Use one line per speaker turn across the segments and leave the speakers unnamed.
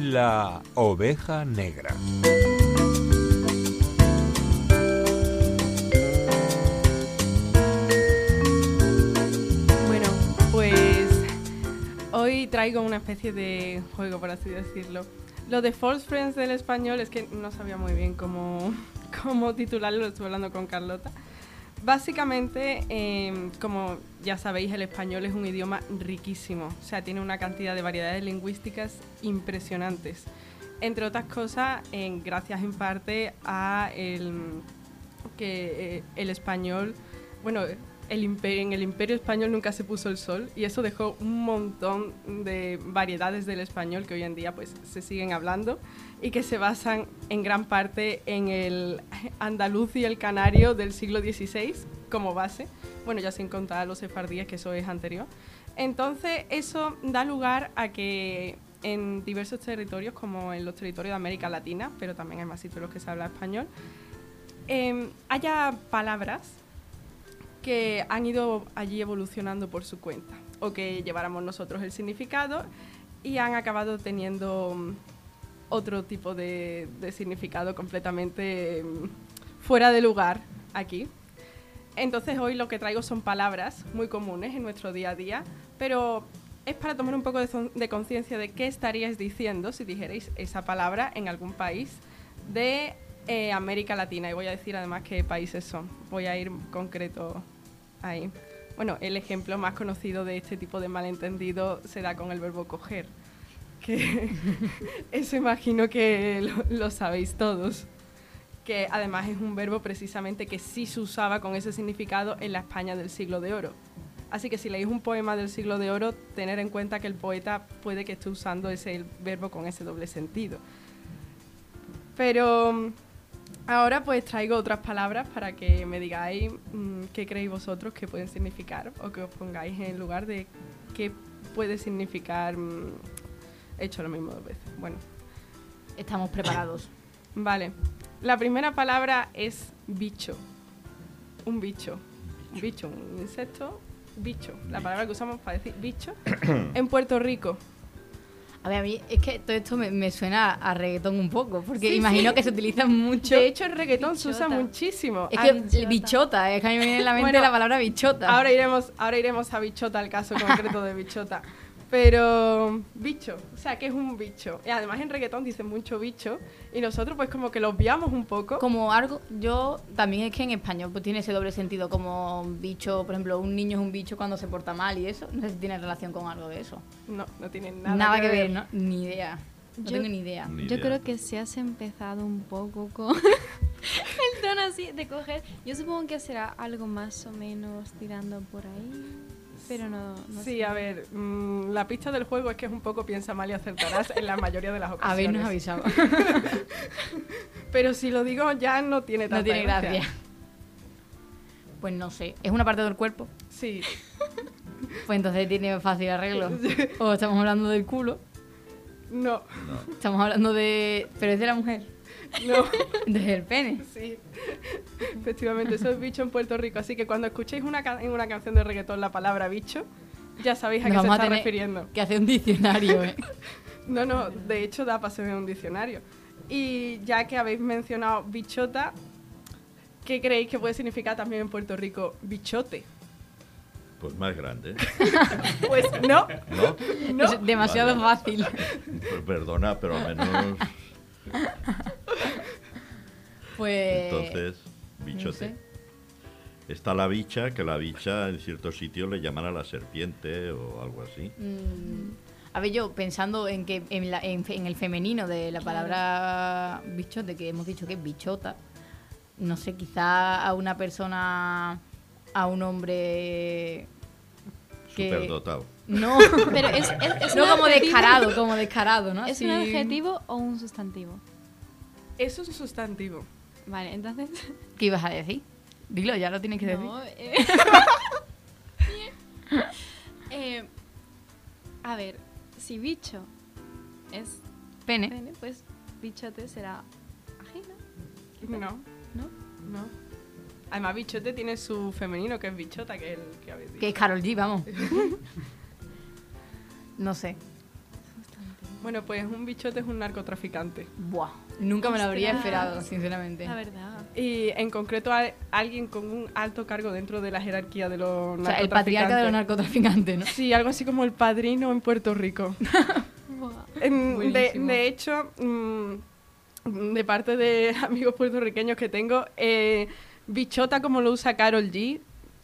la oveja negra.
Bueno, pues hoy traigo una especie de juego, por así decirlo. Lo de False Friends del español es que no sabía muy bien cómo, cómo titularlo, estuve hablando con Carlota. Básicamente, eh, como ya sabéis, el español es un idioma riquísimo, o sea, tiene una cantidad de variedades lingüísticas impresionantes. Entre otras cosas, en- gracias en parte a el, que eh, el español, bueno, el imperio, en el imperio español nunca se puso el sol y eso dejó un montón de variedades del español que hoy en día pues se siguen hablando y que se basan en gran parte en el andaluz y el canario del siglo XVI como base, bueno ya sin contar los sefardíes que eso es anterior. Entonces eso da lugar a que en diversos territorios como en los territorios de América Latina, pero también hay más sitios en los que se habla español, eh, haya palabras que han ido allí evolucionando por su cuenta o que lleváramos nosotros el significado y han acabado teniendo mm, otro tipo de, de significado completamente mm, fuera de lugar aquí. Entonces hoy lo que traigo son palabras muy comunes en nuestro día a día, pero es para tomar un poco de, zon- de conciencia de qué estaríais diciendo si dijerais esa palabra en algún país de eh, América Latina. Y voy a decir además qué países son. Voy a ir concreto ahí. Bueno, el ejemplo más conocido de este tipo de malentendido se da con el verbo coger, que eso imagino que lo- lo sabéis todos que además es un verbo precisamente que sí se usaba con ese significado en la España del siglo de oro. Así que si leéis un poema del siglo de oro, tener en cuenta que el poeta puede que esté usando ese verbo con ese doble sentido. Pero mm, ahora pues traigo otras palabras para que me digáis mm, qué creéis vosotros que pueden significar o que os pongáis en lugar de qué puede significar... mm, He hecho lo mismo dos veces. Bueno,
Estamos preparados.
Vale. La primera palabra es bicho. Un bicho. Bicho, un insecto. Bicho. La palabra que usamos para decir bicho. en Puerto Rico.
A ver, a mí es que todo esto me, me suena a reggaetón un poco, porque
Sí,
imagino
sí.
que se utiliza mucho.
De hecho, el reggaetón se usa
Bichota.
muchísimo.
es
Ah,
que bichota. es que a mí me viene a la mente
Bueno,
la palabra bichota.
Ahora iremos, ahora iremos a bichota, al caso concreto de bichota. Pero bicho, o sea, que es un bicho. Y además en reggaetón dicen mucho bicho y nosotros pues como que lo obviamos un poco.
Como algo, yo también es que en español pues tiene ese doble sentido, como un bicho, por ejemplo, un niño es un bicho cuando se porta mal y eso. No sé si tiene relación con algo de eso.
No, no tienen nada,
Nada, que ver, ¿no? Ni idea. No
Yo-
tengo ni idea.
Ni
Yo
idea.
creo que si has empezado un poco con el tono así de coger, yo supongo que será algo más o menos tirando por ahí, pero no, no
Sí,
sé.
a ver, mm, la pista del juego es que es un poco piensa mal y acertarás en la mayoría de las ocasiones.
Habernos avisado.
Pero si lo digo ya no tiene tanta
no tiene gracia. Pues no sé, es una parte del cuerpo.
Sí,
Pues entonces tiene fácil arreglo. O estamos hablando del culo,
no,
estamos hablando de. Pero es de la mujer,
no,
desde el pene.
sí. Efectivamente, eso es bicho en Puerto Rico. Así que cuando escuchéis una ca- en una canción de reggaetón la palabra bicho, ya sabéis a
Nos
qué se
vamos a
está
tener-
refiriendo.
Que hace un diccionario, ¿eh?
No, no, de hecho da para ser un diccionario. Y ya que habéis mencionado bichota, ¿qué creéis que puede significar también en Puerto Rico bichote?
Pues más grande.
Pues no,
¿No?
no.
Es demasiado
Vale.
fácil.
Pues perdona, pero al menos
Pues.
entonces, bichote.
no
Está la bicha, que la bicha en cierto sitio le llaman a la serpiente o algo así.
Mm, a ver, yo pensando en que en, la- en fe- en el femenino de la palabra bichote, que hemos dicho que es bichota, no sé, quizá a una persona, a un hombre. Que-
Superdotado.
No,
Pero es, es- es
no
un
como
adjetivo-
descarado, como descarado, ¿no?
¿Es
Así-
un adjetivo o un sustantivo?
Eso es un sustantivo.
Vale, entonces...
¿Qué ibas a decir? Dilo, ya lo tienes que decir.
No, eh. Eh, a ver, si bicho es
¿Eh?
Pene.
pene, pues bichote será ajeno,
No,
¿no?
no. Además, bichote tiene su femenino, que es bichota, que es el que habéis dicho.
Que es Carol G, vamos. no sé.
Sustantivo.
Bueno, pues un bichote es un narcotraficante.
Buah, nunca me lo habría
Ostras.
esperado, sinceramente.
La verdad.
Y en concreto a alguien con un alto cargo dentro de la jerarquía de los
O sea, el
narcotraficantes.
patriarca de los narcotraficantes, ¿no?
Sí, algo así como el padrino en Puerto Rico.
Buah.
En- de,
Buenísimo.
de hecho, mm, de parte de amigos puertorriqueños que tengo, eh, bichota como lo usa Carol G.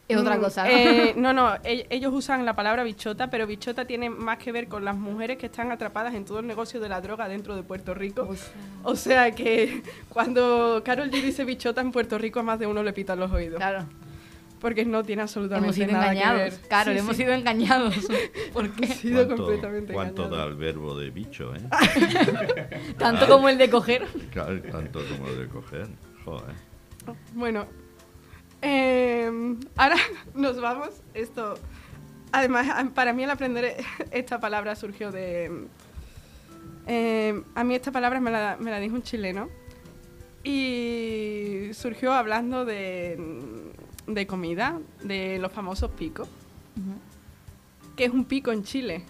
Es otra
mm,
cosa, ¿no?
eh, no, no, e- ellos usan la palabra bichota, pero bichota tiene más que ver con las mujeres que están atrapadas en todo el negocio de la droga dentro de Puerto Rico.
Oh,
O sea que cuando Carol G dice bichota en Puerto Rico, a más de uno le pitan los oídos.
Claro,
Porque no tiene
hemos
absolutamente
sido
nada
engañados.
que ver.
Claro,
Sí,
hemos
sí,
sido engañados. ¿Por qué?
hemos sido
¿Cuánto-
completamente
¿Cuánto da
engañados.
el verbo de bicho, eh?
Tanto como el de coger.
Claro, tanto como de coger. Joder.
Bueno, em, ahora nos vamos. Esto, además, a- para mí el aprender esta palabra surgió de... em, a mí esta palabra me la, me la dijo un chileno y surgió hablando de, de comida, de los famosos picos, que es un pico en Chile,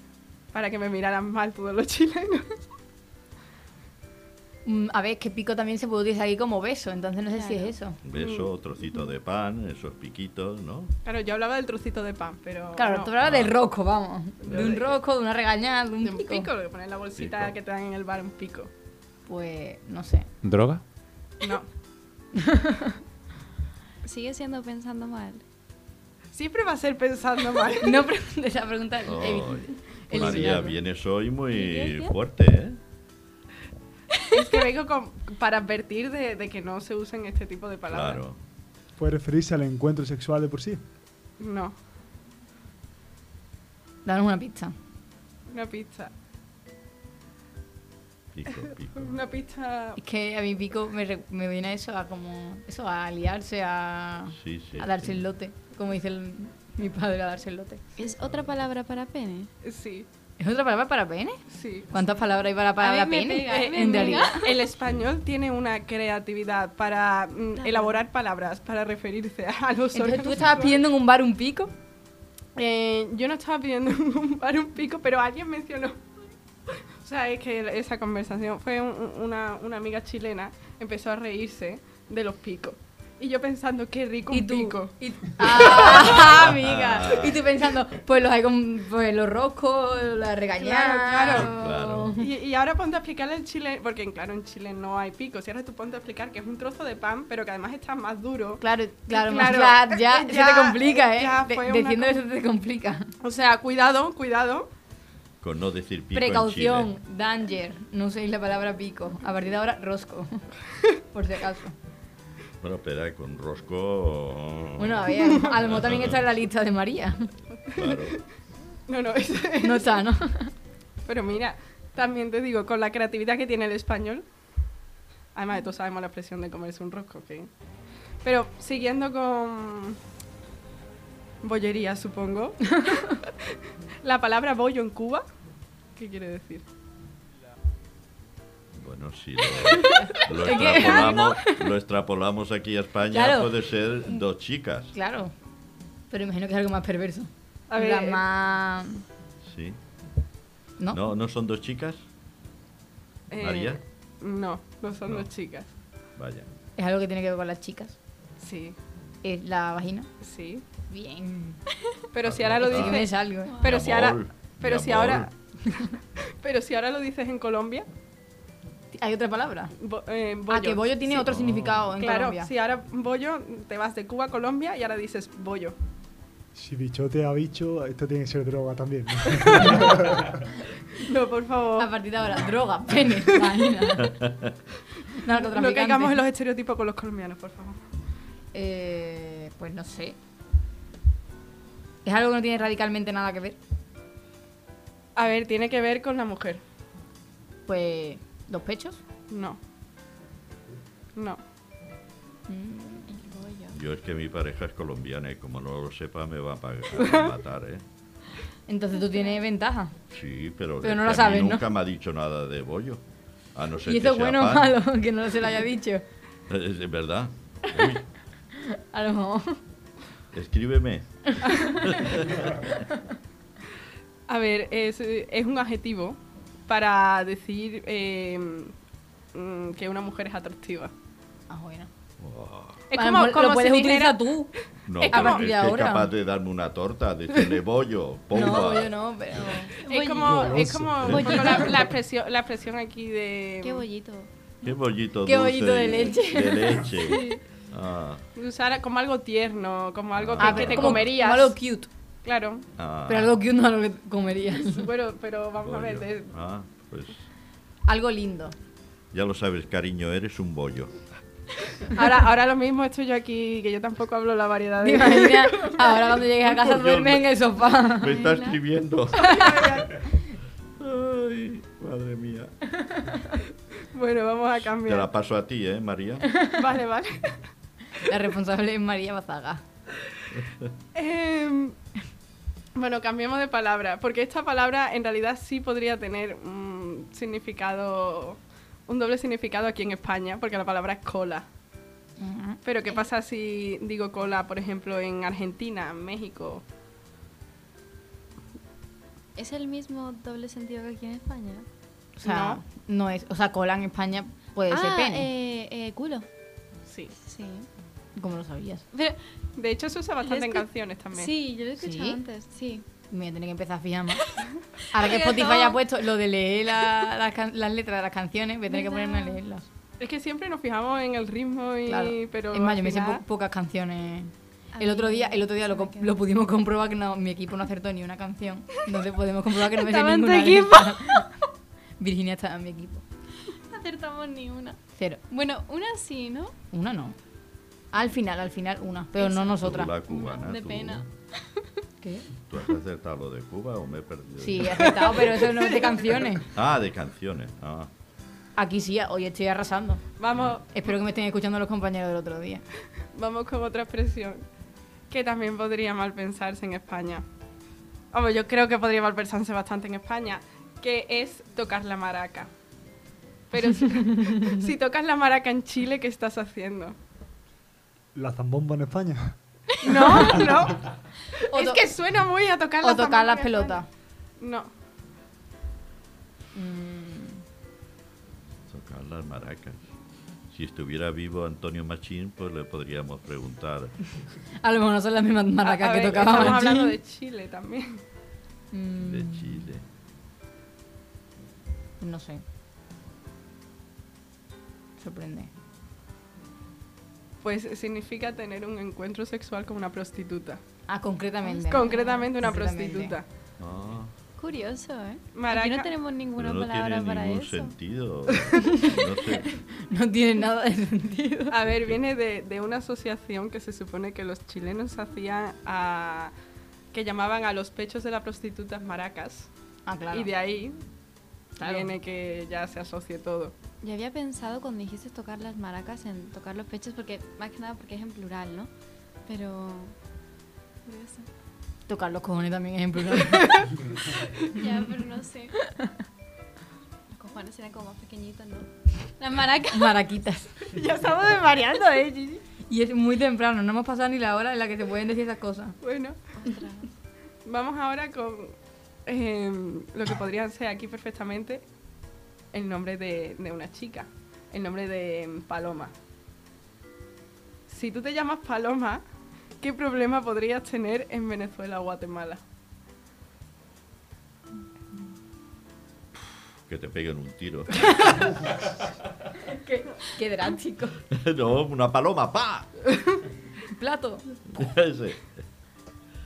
para que me miraran mal todos los chilenos.
Mm, A ver, es que pico también se puede utilizar aquí como beso, entonces no sé si
Claro.
es eso.
Beso, trocito de pan, esos piquitos, ¿no?
Claro, yo hablaba del trocito de pan, pero...
Claro,
no.
tú hablabas de roco, vamos. De
De-
un roco, de una regañada, de un
De un
pico.
pico, lo que ponen en la bolsita
Pico.
que te dan en el bar, un pico.
Pues, no sé.
¿Droga?
No.
Sigue siendo pensando mal.
Siempre va a ser pensando mal.
No preguntes esa pregunta.
Ay,
el
María,
eliminado.
vienes hoy
¿Qué,
muy
qué?
fuerte, ¿eh?
es que vengo con- para advertir de, de que no se usen este tipo de palabras.
Claro.
¿Puede referirse al encuentro sexual de por sí?
No,
Danos una pista.
una pista.
Pico, pico.
Una pista...
Es que a mi pico me, re- me viene a eso, a como. Eso, a liarse, a.
Sí, sí.
a darse
sí.
el lote. Como dice el- mi padre, a darse el lote.
Es otra palabra para pene.
Sí,
¿Es otra palabra para pene?
sí.
¿Cuántas palabras hay para palabra
mí me
pene?
pega,
Eh,
me
en
pega.
realidad.
El español tiene una creatividad para mm,
Claro.
elaborar palabras, para referirse a los
Entonces tú
órganos
estabas
sexuales.
pidiendo en un bar un pico.
Eh, yo no estaba pidiendo un bar un pico, pero alguien mencionó. O sea, es que esa conversación fue un- un- una, una amiga chilena, empezó a reírse de los picos. Y yo pensando, qué rico
y
un
tú.
pico.
y- ah, amiga. Y tú pensando, pues los hay con pues los roscos, la regañada.
Claro, claro.
Y, y ahora ponte a explicarle al chile, porque claro, en Chile no hay picos. Y ahora tú ponte a explicar que es un trozo de pan, pero que además está más duro.
Claro,
Claro,
claro, más claro, ya,
ya,
se te complica, ¿eh?
ya
De-
fue una
diciendo
com-
eso te complica.
O sea, cuidado, cuidado.
Con no decir pico en
Precaución,
Chile.
danger, no uséis la palabra pico. A partir de ahora, rosco, por si acaso.
Bueno, espera, con rosco...
Bueno, a ver, a lo mejor también está en la lista de María.
Claro.
No, no,
No está, ¿no?
Pero mira, también te digo, con la creatividad que tiene el español, además de todos sabemos la expresión de comerse un rosco, que... Pero siguiendo con bollería, supongo, la palabra bollo en Cuba, ¿qué quiere decir?
Bueno, si lo, lo extrapolamos, lo extrapolamos aquí a España,
Claro.
puede ser dos chicas.
Claro. Pero imagino que es algo más perverso.
A
En plan,
ver.
más...
¿Sí?
¿No?
¿No, ¿no son dos chicas?
Eh,
María.
No, no son
No.
dos chicas.
Vaya.
Es algo que tiene que ver con las chicas.
Sí,
Es la vagina.
sí.
Bien.
Pero si ahora lo
Ah.
Sí que me
dices...
salgo. ¿eh?
Pero
Mi
si ahora...
amor,
Pero
mi
si
amor.
ahora... Pero si ahora lo dices en Colombia,
¿Hay otra palabra?
bo- eh, bollo.
Ah, que bollo tiene otro
Oh.
significado en
claro,
Colombia.
si ahora bollo, te vas de Cuba a Colombia y ahora dices bollo.
Si bichote a bicho, esto tiene que ser droga también. ¿no?
No, por favor.
A partir de ahora, droga, pene, vagina. Narcotraficante.
No caigamos en los estereotipos con los colombianos, por favor.
Eh, pues no sé. Es algo que no tiene radicalmente nada que ver.
A ver, tiene que ver con la mujer.
Pues los pechos.
No. No.
Yo es que mi pareja es colombiana y como no lo sepa me va a, pagar, a matar, ¿eh?
Entonces tú tienes ventaja.
Sí, pero,
Pero
es
no
que
lo
a mí
sabes, ¿no?
nunca me ha dicho nada de bollo. A no ser
Y
que
eso es
sea
bueno o
pan.
malo, que no se lo haya dicho.
Es es verdad. Uy,
A lo mejor.
escríbeme.
A ver, es, eh, es un adjetivo para decir eh, mm, que una mujer es atractiva.
Ah, bueno.
Es
A lo
como,
mejor
como
lo
si
puedes
dijera,
utilizar tú.
No,
Es
pero
como-
es
Y
que es
ahora.
capaz de darme una torta, de decirle bollo, pompa.
No, yo no, pero.
es como, es
Bollito.
como un
Bollito.
poco la, la expresión, la expresión aquí de...
Qué bollito.
Qué bollito
Qué
dulce
bollito de leche.
de leche. Ah,
usar como algo tierno, como algo que,
Ah,
que te
como-
comerías.
como algo cute.
Claro.
ah,
Pero algo cute no algo que comerías.
Bueno, pero vamos a ver. eh,
bollo.
de-
Ah, pues
Algo lindo.
ya lo sabes, cariño, eres un bollo.
Ahora, ahora lo mismo estoy yo aquí, que yo tampoco hablo la variedad
¿Te
de...
imaginas? Ahora cuando llegues a casa
Yo
duermes
me-
en el sofá.
Me está escribiendo. Ay, madre mía.
Bueno, vamos a
Te
cambiar.
la paso a ti, ¿eh, María?
Vale, vale.
La responsable es María Bazaga.
Em, bueno, cambiemos de palabra, porque esta palabra en realidad sí podría tener un significado, un doble significado aquí en España, porque la palabra es cola. Pero ¿qué pasa si digo cola, por ejemplo, en Argentina, en México?
¿Es el mismo doble sentido que aquí en España?
O sea, no. es. O sea, cola en España puede ser
ah,
pene.
eh, eh, culo.
Sí.
Sí.
Como lo sabías.
Pero,
De hecho, se usa bastante en
que-
canciones también.
sí, yo lo he escuchado
¿Sí?
antes. Sí.
Me voy a tener que empezar a fijar más. Ahora que
Porque
Spotify
no.
ha puesto lo de leer la- las can- las letras de las canciones, voy a tener que ponerme a leerlas.
Es que siempre nos fijamos en el ritmo y...
Claro.
Pero
es más,
al
yo me sé
final-
po- pocas canciones.
A
El otro
mí
día, el otro día
se
lo,
me
com-
quedó.
lo pudimos comprobar que no, mi equipo no acertó ni una canción. Entonces podemos comprobar que no me sé
Estaba en tu
ninguna. de
equipo.
esas. Virginia estaba en mi equipo.
No acertamos ni una.
Cero.
Bueno, una sí, ¿no?
Una no. Al final, al final una, pero no nosotras.
Tú, La cubana.
de
tú-
pena.
¿Qué?
¿Tú has acertado lo de Cuba o me he perdido?
Sí, he acertado, pero eso no es de canciones.
Ah, de canciones. Ah.
Aquí sí, hoy estoy arrasando.
Vamos,
Espero que me estén escuchando los compañeros del otro día.
Vamos con otra expresión que también podría mal pensarse en España. Hombre, yo creo que podría mal pensarse bastante en España, que es tocar la maraca. Pero si, si tocas la maraca en Chile, ¿qué estás haciendo?
La zambomba en España.
No, no.
O
es
to-
que suena muy a tocar la
O tocar
zambomba
las
en
pelotas.
España. No.
Mm.
Tocar las maracas. Si estuviera vivo Antonio Machín, pues le podríamos preguntar.
A lo mejor no son las mismas
A- a
maracas que
ver,
tocaba
Estamos
Machín.
hablando de Chile también.
Mm,
De Chile.
No sé. Sorprende.
Pues significa tener un encuentro sexual con una prostituta.
Ah, concretamente. ¿no?
Concretamente una
Concretamente.
prostituta.
Ah,
Curioso, ¿eh?
Maraca-
Aquí no tenemos ninguna
pero no
palabra
tiene
para
ningún
eso.
sentido. No sé.
No tiene nada de sentido.
A ver, viene de, de una asociación que se supone que los chilenos hacían a, que llamaban a los pechos de las prostitutas maracas.
Ah, claro.
Y de ahí
Claro.
viene que ya se asocie todo.
Yo había pensado cuando dijiste tocar las maracas en tocar los pechos, porque más que nada porque es en plural, ¿no? Pero. curioso.
Tocar los cojones también, ejemplo. ¿no?
Ya, pero no sé. Los cojones eran como más pequeñitos, ¿no? Las maracas.
Maraquitas.
ya estamos desvariando, ¿eh,
Y es muy temprano, no hemos pasado ni la hora en la que se pueden decir esas cosas.
Bueno,
Ostras.
vamos ahora con em, lo que podrían ser aquí perfectamente el nombre de, de una chica, el nombre de em, Paloma. Si tú te llamas Paloma, ¿qué problema podrías tener en Venezuela o Guatemala?
Que te peguen un tiro.
Qué, qué drástico.
no, una paloma, ¡pa!
Plato.
Ese.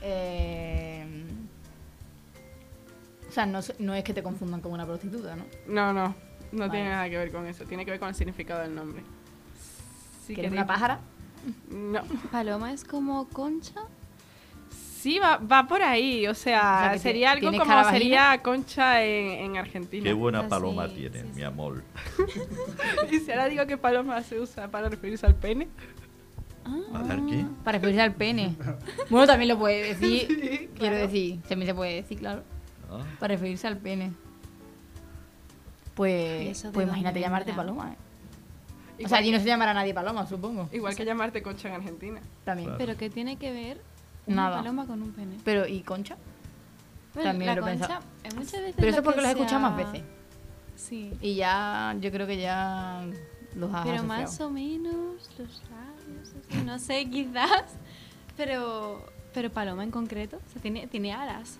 Eh, o sea, no, se- no es que te confundan con una prostituta, ¿no?
No, no, no
Vale.
tiene nada que ver con eso, tiene que ver con el significado del nombre. Si
que eres
queréis-
una pájara.
No.
Paloma es como concha.
Sí, va, va por ahí, o sea,
O sea, que te-
sería algo
¿tienes
como
cara
sería Concha en, en Argentina.
Qué buena
Así,
paloma
sí,
tienes,
sí.
mi amor.
Y si ahora digo que paloma se usa para referirse al pene.
Ah.
¿A dar qué?
Para referirse al pene. Bueno, también lo puede decir. Quiero decir, también se puede decir, claro.
Ah,
Para referirse al pene. Pues,
eso de ah.
pues imagínate
dónde
llamarte
vendrá?
Paloma. ¿eh? O
Igual,
sea, allí no se llamará nadie Paloma, supongo.
igual que llamarte concha en Argentina.
También.
Claro.
Pero que tiene que ver una
Nada.
paloma con un pene.
Pero, ¿y Concha?
Bueno,
También
la
lo he
concha,
pensado.
eh, muchas veces
Pero eso
la
es porque
que
lo has escuchado
se ha-
más veces.
Sí.
Y ya, yo creo que ya los has
Pero
asociado.
más o menos los labios, así, no sé, quizás. Pero, pero Paloma en concreto, o sea, tiene, tiene alas.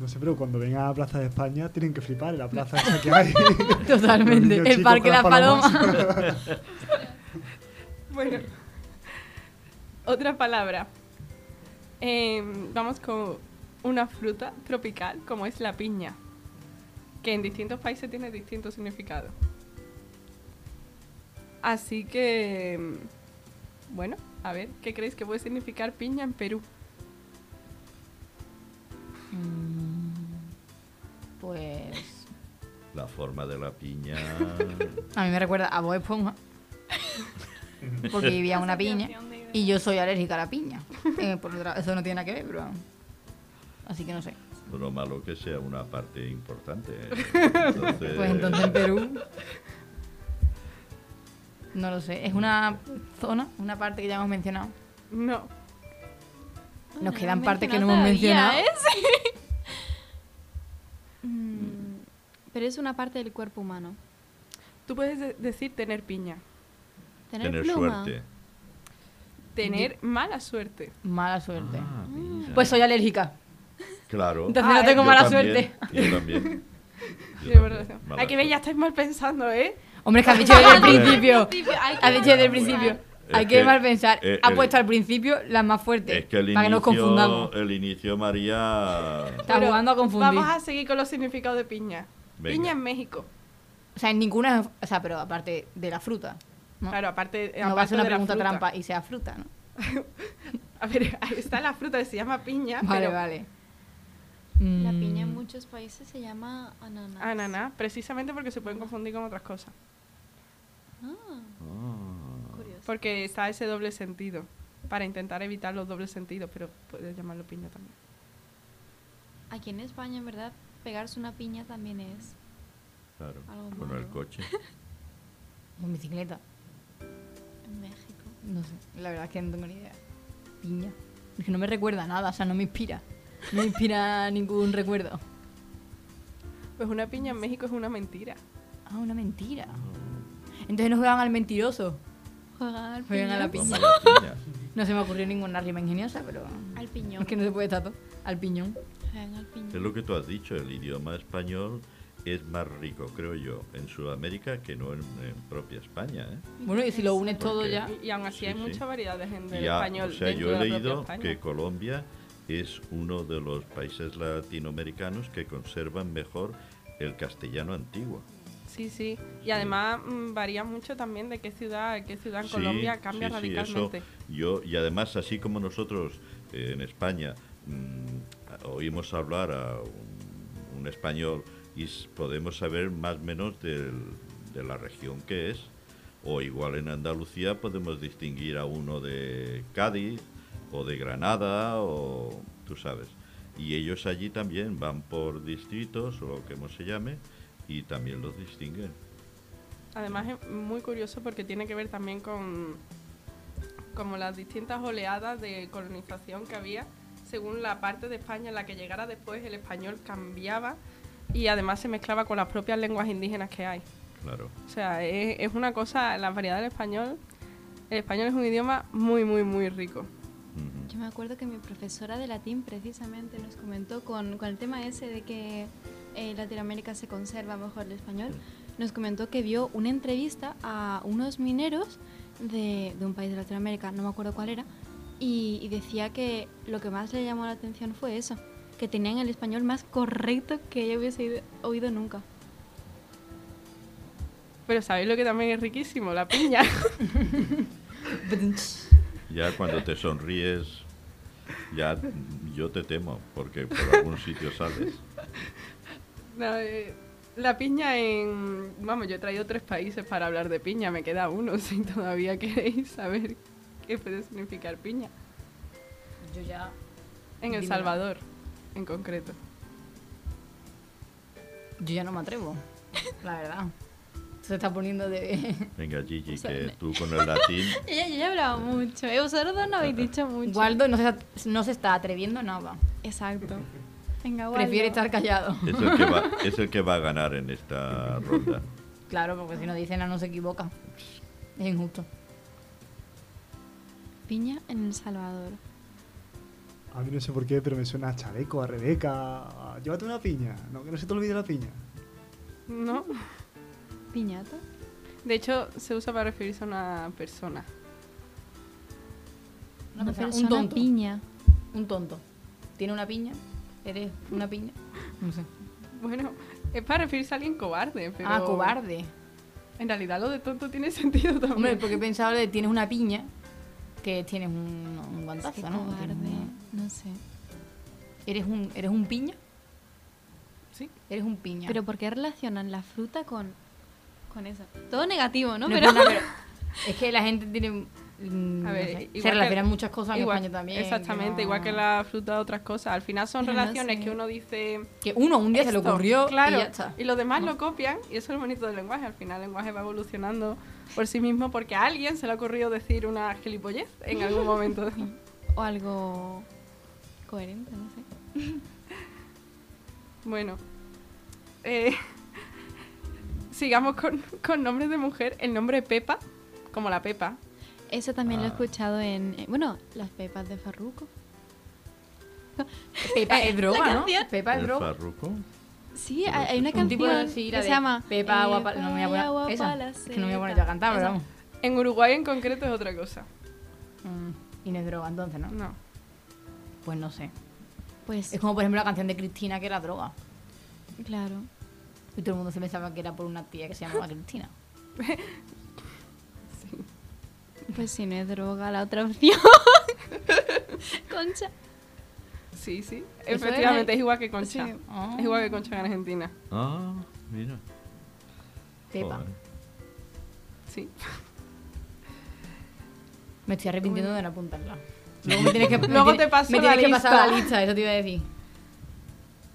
No sé, pero cuando vengan a la Plaza de España tienen que flipar en la plaza esa que hay. Los
Totalmente.
niños
El
chicos
Parque
con
La
las palomas.
Paloma.
Bueno, otra palabra. Em, vamos con una fruta tropical como es la piña, que en distintos países tiene distinto significado. Así que, em, bueno, a ver, ¿qué creéis que puede significar piña en Perú?
Mm, Pues.
La forma de la piña.
A mí me recuerda a Bob Esponja. Porque vivía en una piña. Y yo soy alérgica a la piña. Eh, por otra- eso no tiene nada que ver, pero. Así que no sé.
Lo malo que sea una parte importante. ¿eh? Entonces,
Pues entonces en Perú. No lo sé. Es una zona, una parte que ya hemos mencionado.
No,
Nos
no
quedan
he
partes que no hemos
mencionado
mencionado.
todavía, ¿eh? Sí. Mm, pero es una parte del cuerpo humano.
tú puedes de- decir tener piña,
Tener,
Tener
pluma.
suerte.
tener mala suerte.
Mala suerte.
Ah, mira.
Pues soy alérgica.
claro.
Entonces no
Ah,
tengo
Yo
mala
también,
suerte.
Yo también. Yo
De
también,
verdad.
mala
Aquí veis, ya
suerte.
estáis mal pensando, ¿eh?
Hombre, es que has dicho desde el
Hombre.
principio.
Hay que
Has dicho desde el
pensar.
principio.
Es
Hay que
que-
mal pensar.
eh,
Ha
el-
puesto al principio la más fuerte.
Es que el
para que nos confundamos.
inicio, el inicio María.
Está
Pero
jugando a confundir.
Vamos a seguir con los significados de piña.
Venga.
Piña en México.
O sea, en ninguna. O sea, pero aparte de la fruta. ¿no?
Claro, aparte,
no va a
eh, aparte
ser una
de la
pregunta
fruta.
trampa y sea fruta, ¿no?
A ver, ahí está la fruta que se llama piña,
Vale,
pero
vale.
La
Mm,
piña en muchos países se llama ananá.
ananá, precisamente porque se pueden confundir con otras cosas.
Ah,
Ah.
curioso.
Porque está ese doble sentido, para intentar evitar los dobles sentidos, pero puedes llamarlo piña también.
Aquí en España, en verdad, pegarse una piña también es
Claro.
Algo
Bueno, el
malo.
coche.
En bicicleta.
en México.
No sé. La verdad es que no tengo ni idea. Piña. Es que no me recuerda nada, o sea, no me inspira. No me inspira ningún recuerdo.
Pues una piña en México es una mentira.
Ah, una mentira. Entonces no juegan al mentiroso.
Juegan al
Juegan a la
piñón.
Vamos a la piña.
No se me ocurrió ninguna rima ingeniosa, pero.
Al piñón.
Es que no se puede estar todo. Al piñón.
Juegan al
Es
piñón.
lo que tú has dicho, el idioma español es más rico, creo yo, en Sudamérica que no en, en propia España. ¿eh?
Bueno, y si lo unes
¿Por
todo
qué?
ya.
Y, y aún así
Sí,
hay
sí.
mucha variedad de gente
Ya,
español.
o sea,
dentro
yo
de
he
la propia
leído
España.
que Colombia es uno de los países latinoamericanos que conservan mejor el castellano antiguo.
Sí, sí. Y además mm, varía mucho también de qué ciudad, qué ciudad en
Sí,
Colombia cambia
sí, sí, eso
radicalmente.
yo, y además, así como nosotros eh, en España mm, oímos hablar a un, un español y s- podemos saber más o menos del- de la región que es, o igual en Andalucía podemos distinguir a uno de Cádiz o de Granada o tú sabes. Y ellos allí también van por distritos o lo que se llame y también los distinguen.
Además es muy curioso porque tiene que ver también con como las distintas oleadas de colonización que había según la parte de España en la que llegara después el español cambiaba y además se mezclaba con las propias lenguas indígenas que hay.
Claro.
O sea, es, es una cosa, la variedad del español, el español es un idioma muy, muy, muy rico.
Ujú.
Yo me acuerdo que mi profesora de latín precisamente nos comentó con, con el tema ese de que eh, Latinoamérica se conserva mejor el español, nos comentó que vio una entrevista a unos mineros de, de un país de Latinoamérica, no me acuerdo cuál era, y, y decía que lo que más le llamó la atención fue eso, que tenían el español más correcto que ella hubiese ido- oído nunca.
Pero ¿sabéis lo que también es riquísimo? La piña.
Ya cuando te sonríes, ya yo te temo, porque por algún sitio sales.
No, eh, la piña en... Vamos, yo he traído tres países para hablar de piña, me queda uno si todavía queréis saber qué puede significar piña.
Yo ya.
En El
Dímela.
Salvador, en concreto.
Yo ya no me atrevo. La verdad. Se está poniendo de.
Venga, Gigi,
O sea,
que
me-
tú con el latín,
Ella, yo ya he hablado mucho, ¿eh? vosotros no habéis dicho mucho.
Waldo no se, no se está atreviendo nada.
Exacto. Venga, Waldo.
Prefiere estar callado.
Es el que va, es el que va a ganar en esta ronda.
Claro, porque si no dicen "Ah, no se equivoca. Es injusto.
Piña en El Salvador.
A mí no sé por qué, pero me suena a chaleco, a Rebeca. a- Llévate una piña. No, que no se te olvide la piña.
¿No?
Piñata.
De hecho, se usa para referirse a una persona.
Una persona, un
persona
tonto.
piña.
Un tonto. ¿Tiene una piña? ¿Eres una piña? No sé.
Bueno, es para referirse a alguien cobarde, pero...
Ah, cobarde.
En realidad lo de tonto tiene sentido también.
Hombre, porque he pensado de tienes una piña que tienes un, un guantazo,
Qué
¿no?
cobarde.
Tienes un-
No sé.
¿Eres un, ¿Eres un piña?
Sí.
Eres un piña.
Pero ¿por qué relacionan la fruta con, con eso? Todo negativo, ¿no?
No,
pero
perdona, pero es que la gente tiene... mm,
A
no
ver,
sé,
igual
se
que-
relacionan muchas cosas en
Igual-
España también. que
Exactamente,
no-
igual que la fruta, otras cosas. Al final son
Pero no
relaciones
sé.
que uno dice...
Que uno un día se le
esto,
ocurrió
claro,
y ya está.
los demás lo copian y eso es lo bonito del lenguaje. Al final el lenguaje va evolucionando por sí mismo porque a alguien se le ha ocurrido decir una gilipollez en algún momento.
o algo coherente, no sé.
bueno, eh, sigamos con, con nombres de mujer. El nombre Pepa, como la Pepa.
Eso también lo he
Ah.
escuchado en, eh, bueno, las pepas de Farruco.
Pepa es droga, ¿no?
canción.
Pepa es
¿El
droga.
farruco?
Sí,
Pero
hay, hay
eso
una
es un-
canción
Un
tipo de- sí, la
que se
de
llama
Pepa agua pa- no me voy a poner-
y agua
esa,
pa' la
es que no me voy a poner yo
seta.
a cantar, pero
Esa.
vamos.
En Uruguay en concreto es otra cosa.
Mm, Y no es droga entonces, ¿no?
No.
Pues no sé.
Pues,
Es como por ejemplo la canción de Cristina que era droga.
claro.
Y todo el mundo se pensaba que era por una tía que se llamaba Cristina.
Pues si no es droga, la otra opción. Concha.
Sí, sí.
es-
Efectivamente, es, igual que Concha.
Sí.
Ah.
Es igual que Concha en Argentina.
Ah, mira.
Pepa.
Joder.
Sí.
Me estoy arrepintiendo de no apuntarla. Luego, me tienes que, me
Luego
tienes-
te paso
me tienes
la
que pasar
lista.
la lista, eso te iba a decir.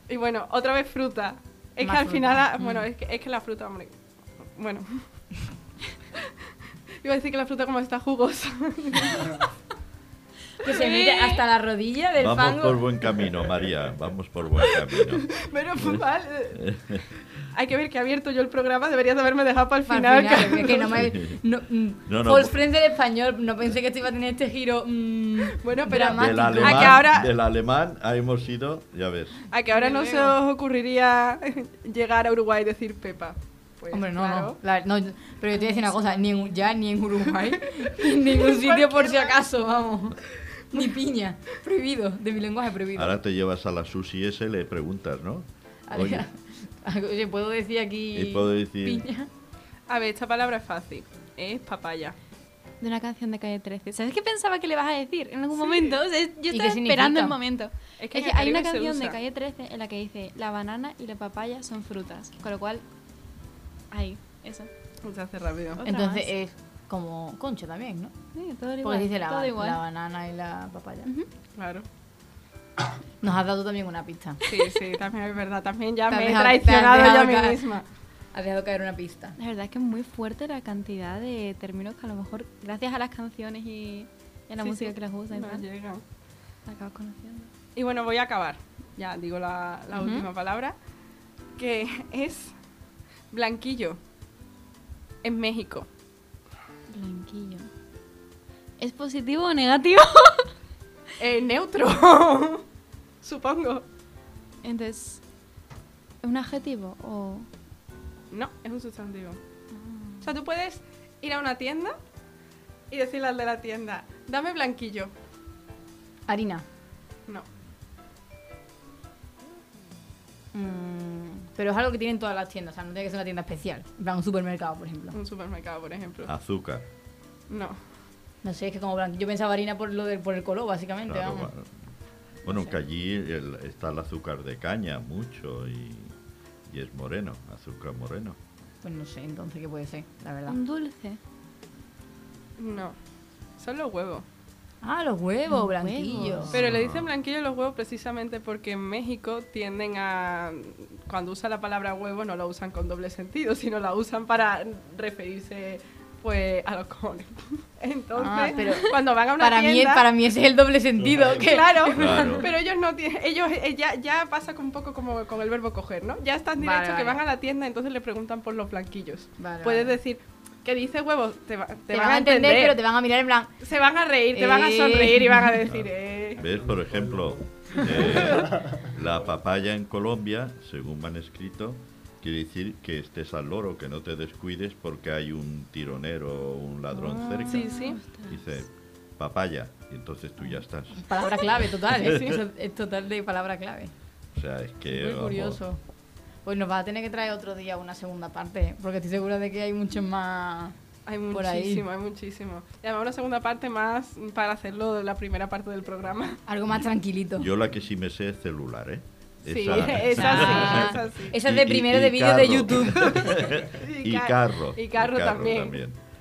Y bueno, otra vez fruta. Es
Más
que al
fruta.
final, la-
Mm.
bueno, es que, es que la fruta, hombre. Bueno. Iba a decir que la fruta como está jugosa.
Que se mete hasta la rodilla del
Vamos
fango.
por buen camino, María. Vamos por buen camino.
Pero pues, vale. Hay que ver que he abierto yo el programa, deberías haberme dejado para el
Para
final.
el
Carlos.
que- que no me. No, mm,
No, pues- no.
False Friends del español, no pensé que esto iba a tener este giro. mm,
Bueno, pero-
dramático.
Del
Del
alemán,
Ah, que ahora-
del alemán ah, hemos ido, ya ves.
A que ahora no se os ocurriría llegar a Uruguay y decir Pepa. Pues,
Hombre, no,
claro.
no, la- no, Pero yo te voy a decir una cosa: ni en, ya ni en Uruguay, ni en ningún sitio por si acaso, vamos. Ni piña. Prohibido, de mi lenguaje prohibido.
Ahora te llevas a la Susi S, le preguntas, ¿no? Oye,
Oye, ¿puedo decir aquí
¿Y puedo decir?
piña?
A ver, esta palabra es fácil. Es papaya.
De una canción de Calle 13. ¿Sabes qué pensaba que le vas a decir en algún momento? O sea, yo estaba
qué
esperando
significa?
el momento.
Es que
Es que,
en el
hay
Caribe
una
se
canción de
usa.
Calle 13 en la que dice la banana y la papaya son frutas. Con lo cual, ahí, eso.
Se hace rápido.
Otra
Entonces
más.
es como concha también, ¿no?
Sí, todo igual.
Porque dice la,
todo igual.
la banana y la papaya.
Claro.
Nos has dado también una pista.
Sí, sí, también es verdad. También ya
Te has
me he
dejado- te has
traicionado yo a
dejado
mí
caer.
misma.
Has dejado caer una pista.
La verdad es que es muy fuerte la cantidad de términos que a lo mejor, gracias a las canciones y, y a la
Sí,
música
sí.
que las usa, y
No
tal,
llegan.
la acabas conociendo.
Y bueno, voy a acabar. Ya digo la, la última palabra, que es blanquillo. En México.
Blanquillo. ¿Es positivo o negativo?
Eh, neutro, supongo.
Entonces, ¿es un adjetivo o...?
No, es un sustantivo. O sea, tú puedes ir a una tienda y decirle al de la tienda, dame blanquillo.
Harina.
No,
Mm, pero es algo que tienen todas las tiendas, o sea, no tiene que ser una tienda especial. Mm. En plan, un supermercado, por ejemplo.
un supermercado, por ejemplo.
Ah. Azúcar.
No.
No sé, es que como blanco. Yo pensaba harina por lo del, por el color, básicamente.
claro,
vamos.
va. Bueno,
No sé.
que allí el- está el azúcar de caña, mucho, y, y es moreno, azúcar moreno.
Pues no sé, entonces, ¿qué puede ser? La verdad.
Un dulce.
No. Son los huevos.
Ah, los huevos,
Los
blanquillos.
huevos.
Pero
Ah.
le dicen blanquillo a los huevos precisamente porque en México tienden a. Cuando usan la palabra huevo, no la usan con doble sentido, sino la usan para referirse pues a los cojones. Entonces,
Ah, pero
cuando van a una
Para mí,
tienda...
para mí ese es el doble sentido.
Claro.
que-
Claro,
Claro.
pero ellos no tienen, ellos eh, ya, ya pasa un poco como con el verbo coger, ¿no? Ya están
Vale,
directo que
vale.
van a la tienda, entonces le preguntan por los blanquillos.
Vale,
Puedes
vale.
decir, que dice huevos? Te, va- te
Te van a entender, pero te van a mirar en plan.
Se van a reír, te van a
Eh.
sonreír y van a decir, eh.
¿Ves, por ejemplo, eh, la papaya en Colombia, según me han escrito, quiere decir que estés al loro, que no te descuides porque hay un tironero o un ladrón
Ah,
cerca.
Ah, Sí, sí.
Dice, papaya, y entonces tú ya estás.
Palabra clave, total. es- es- Es total de palabra clave.
O sea, es que...
Muy
vamos,
curioso. Pues nos vas a tener que traer otro día una segunda parte, porque estoy segura de que hay muchos más.
Hay
Por ahí.
muchísimo, hay muchísimo. Y además una segunda parte más para hacerlo de la primera parte del programa.
Algo más tranquilito.
Yo la que sí me sé es celular, ¿eh?
Sí,
O
esa
sea,
sí, esa sí.
esa es de
Y- y-
primero de
y
vídeo de
carro.
YouTube.
Y carro.
Ah. Y carro, también.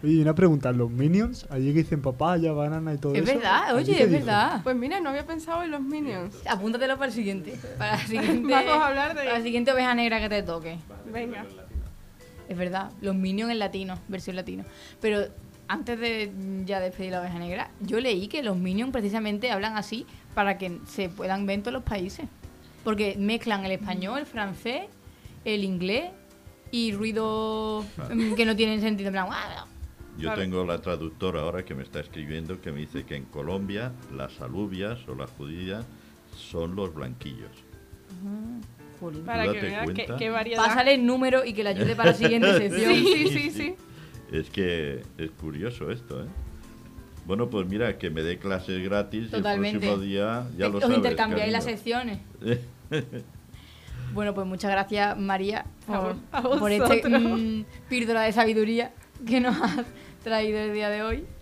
Oye, y una pregunta, los minions, allí que dicen papaya, banana y todo
es
eso.
verdad,
allí
oye,
qué
es
dicen.
verdad.
Pues mira, no había pensado en los minions.
Apúntatelo para el siguiente. Para el siguiente.
Vamos a hablar de-
Para la siguiente oveja negra que te toque.
Venga.
Es verdad, los Minions en latino, versión latino. Pero antes de ya despedir la oveja negra, yo leí que los Minions precisamente hablan así para que se puedan ver en todos los países. Porque mezclan el español, el francés, el inglés y ruidos mm, que no tienen sentido. En plan, "Ah, "Guau".
Yo
Claro.
tengo la traductora ahora que me está escribiendo que me dice que en Colombia las alubias o las judías son los blanquillos.
Jolín.
Para que
date
vean qué,
cuenta.
qué variedad.
Pásale el número y que le ayude para la siguiente sección.
Sí, sí, sí, sí.
Es que es curioso esto, ¿eh? Bueno, pues mira, que me dé clases gratis
Totalmente.
el próximo día ya lo
Os
sabes.
intercambiáis
cariño.
las secciones. Bueno, pues muchas gracias, María,
A
por,
vo- a
por este
vosotros.
mm, píldora de sabiduría que nos has traído el día de hoy.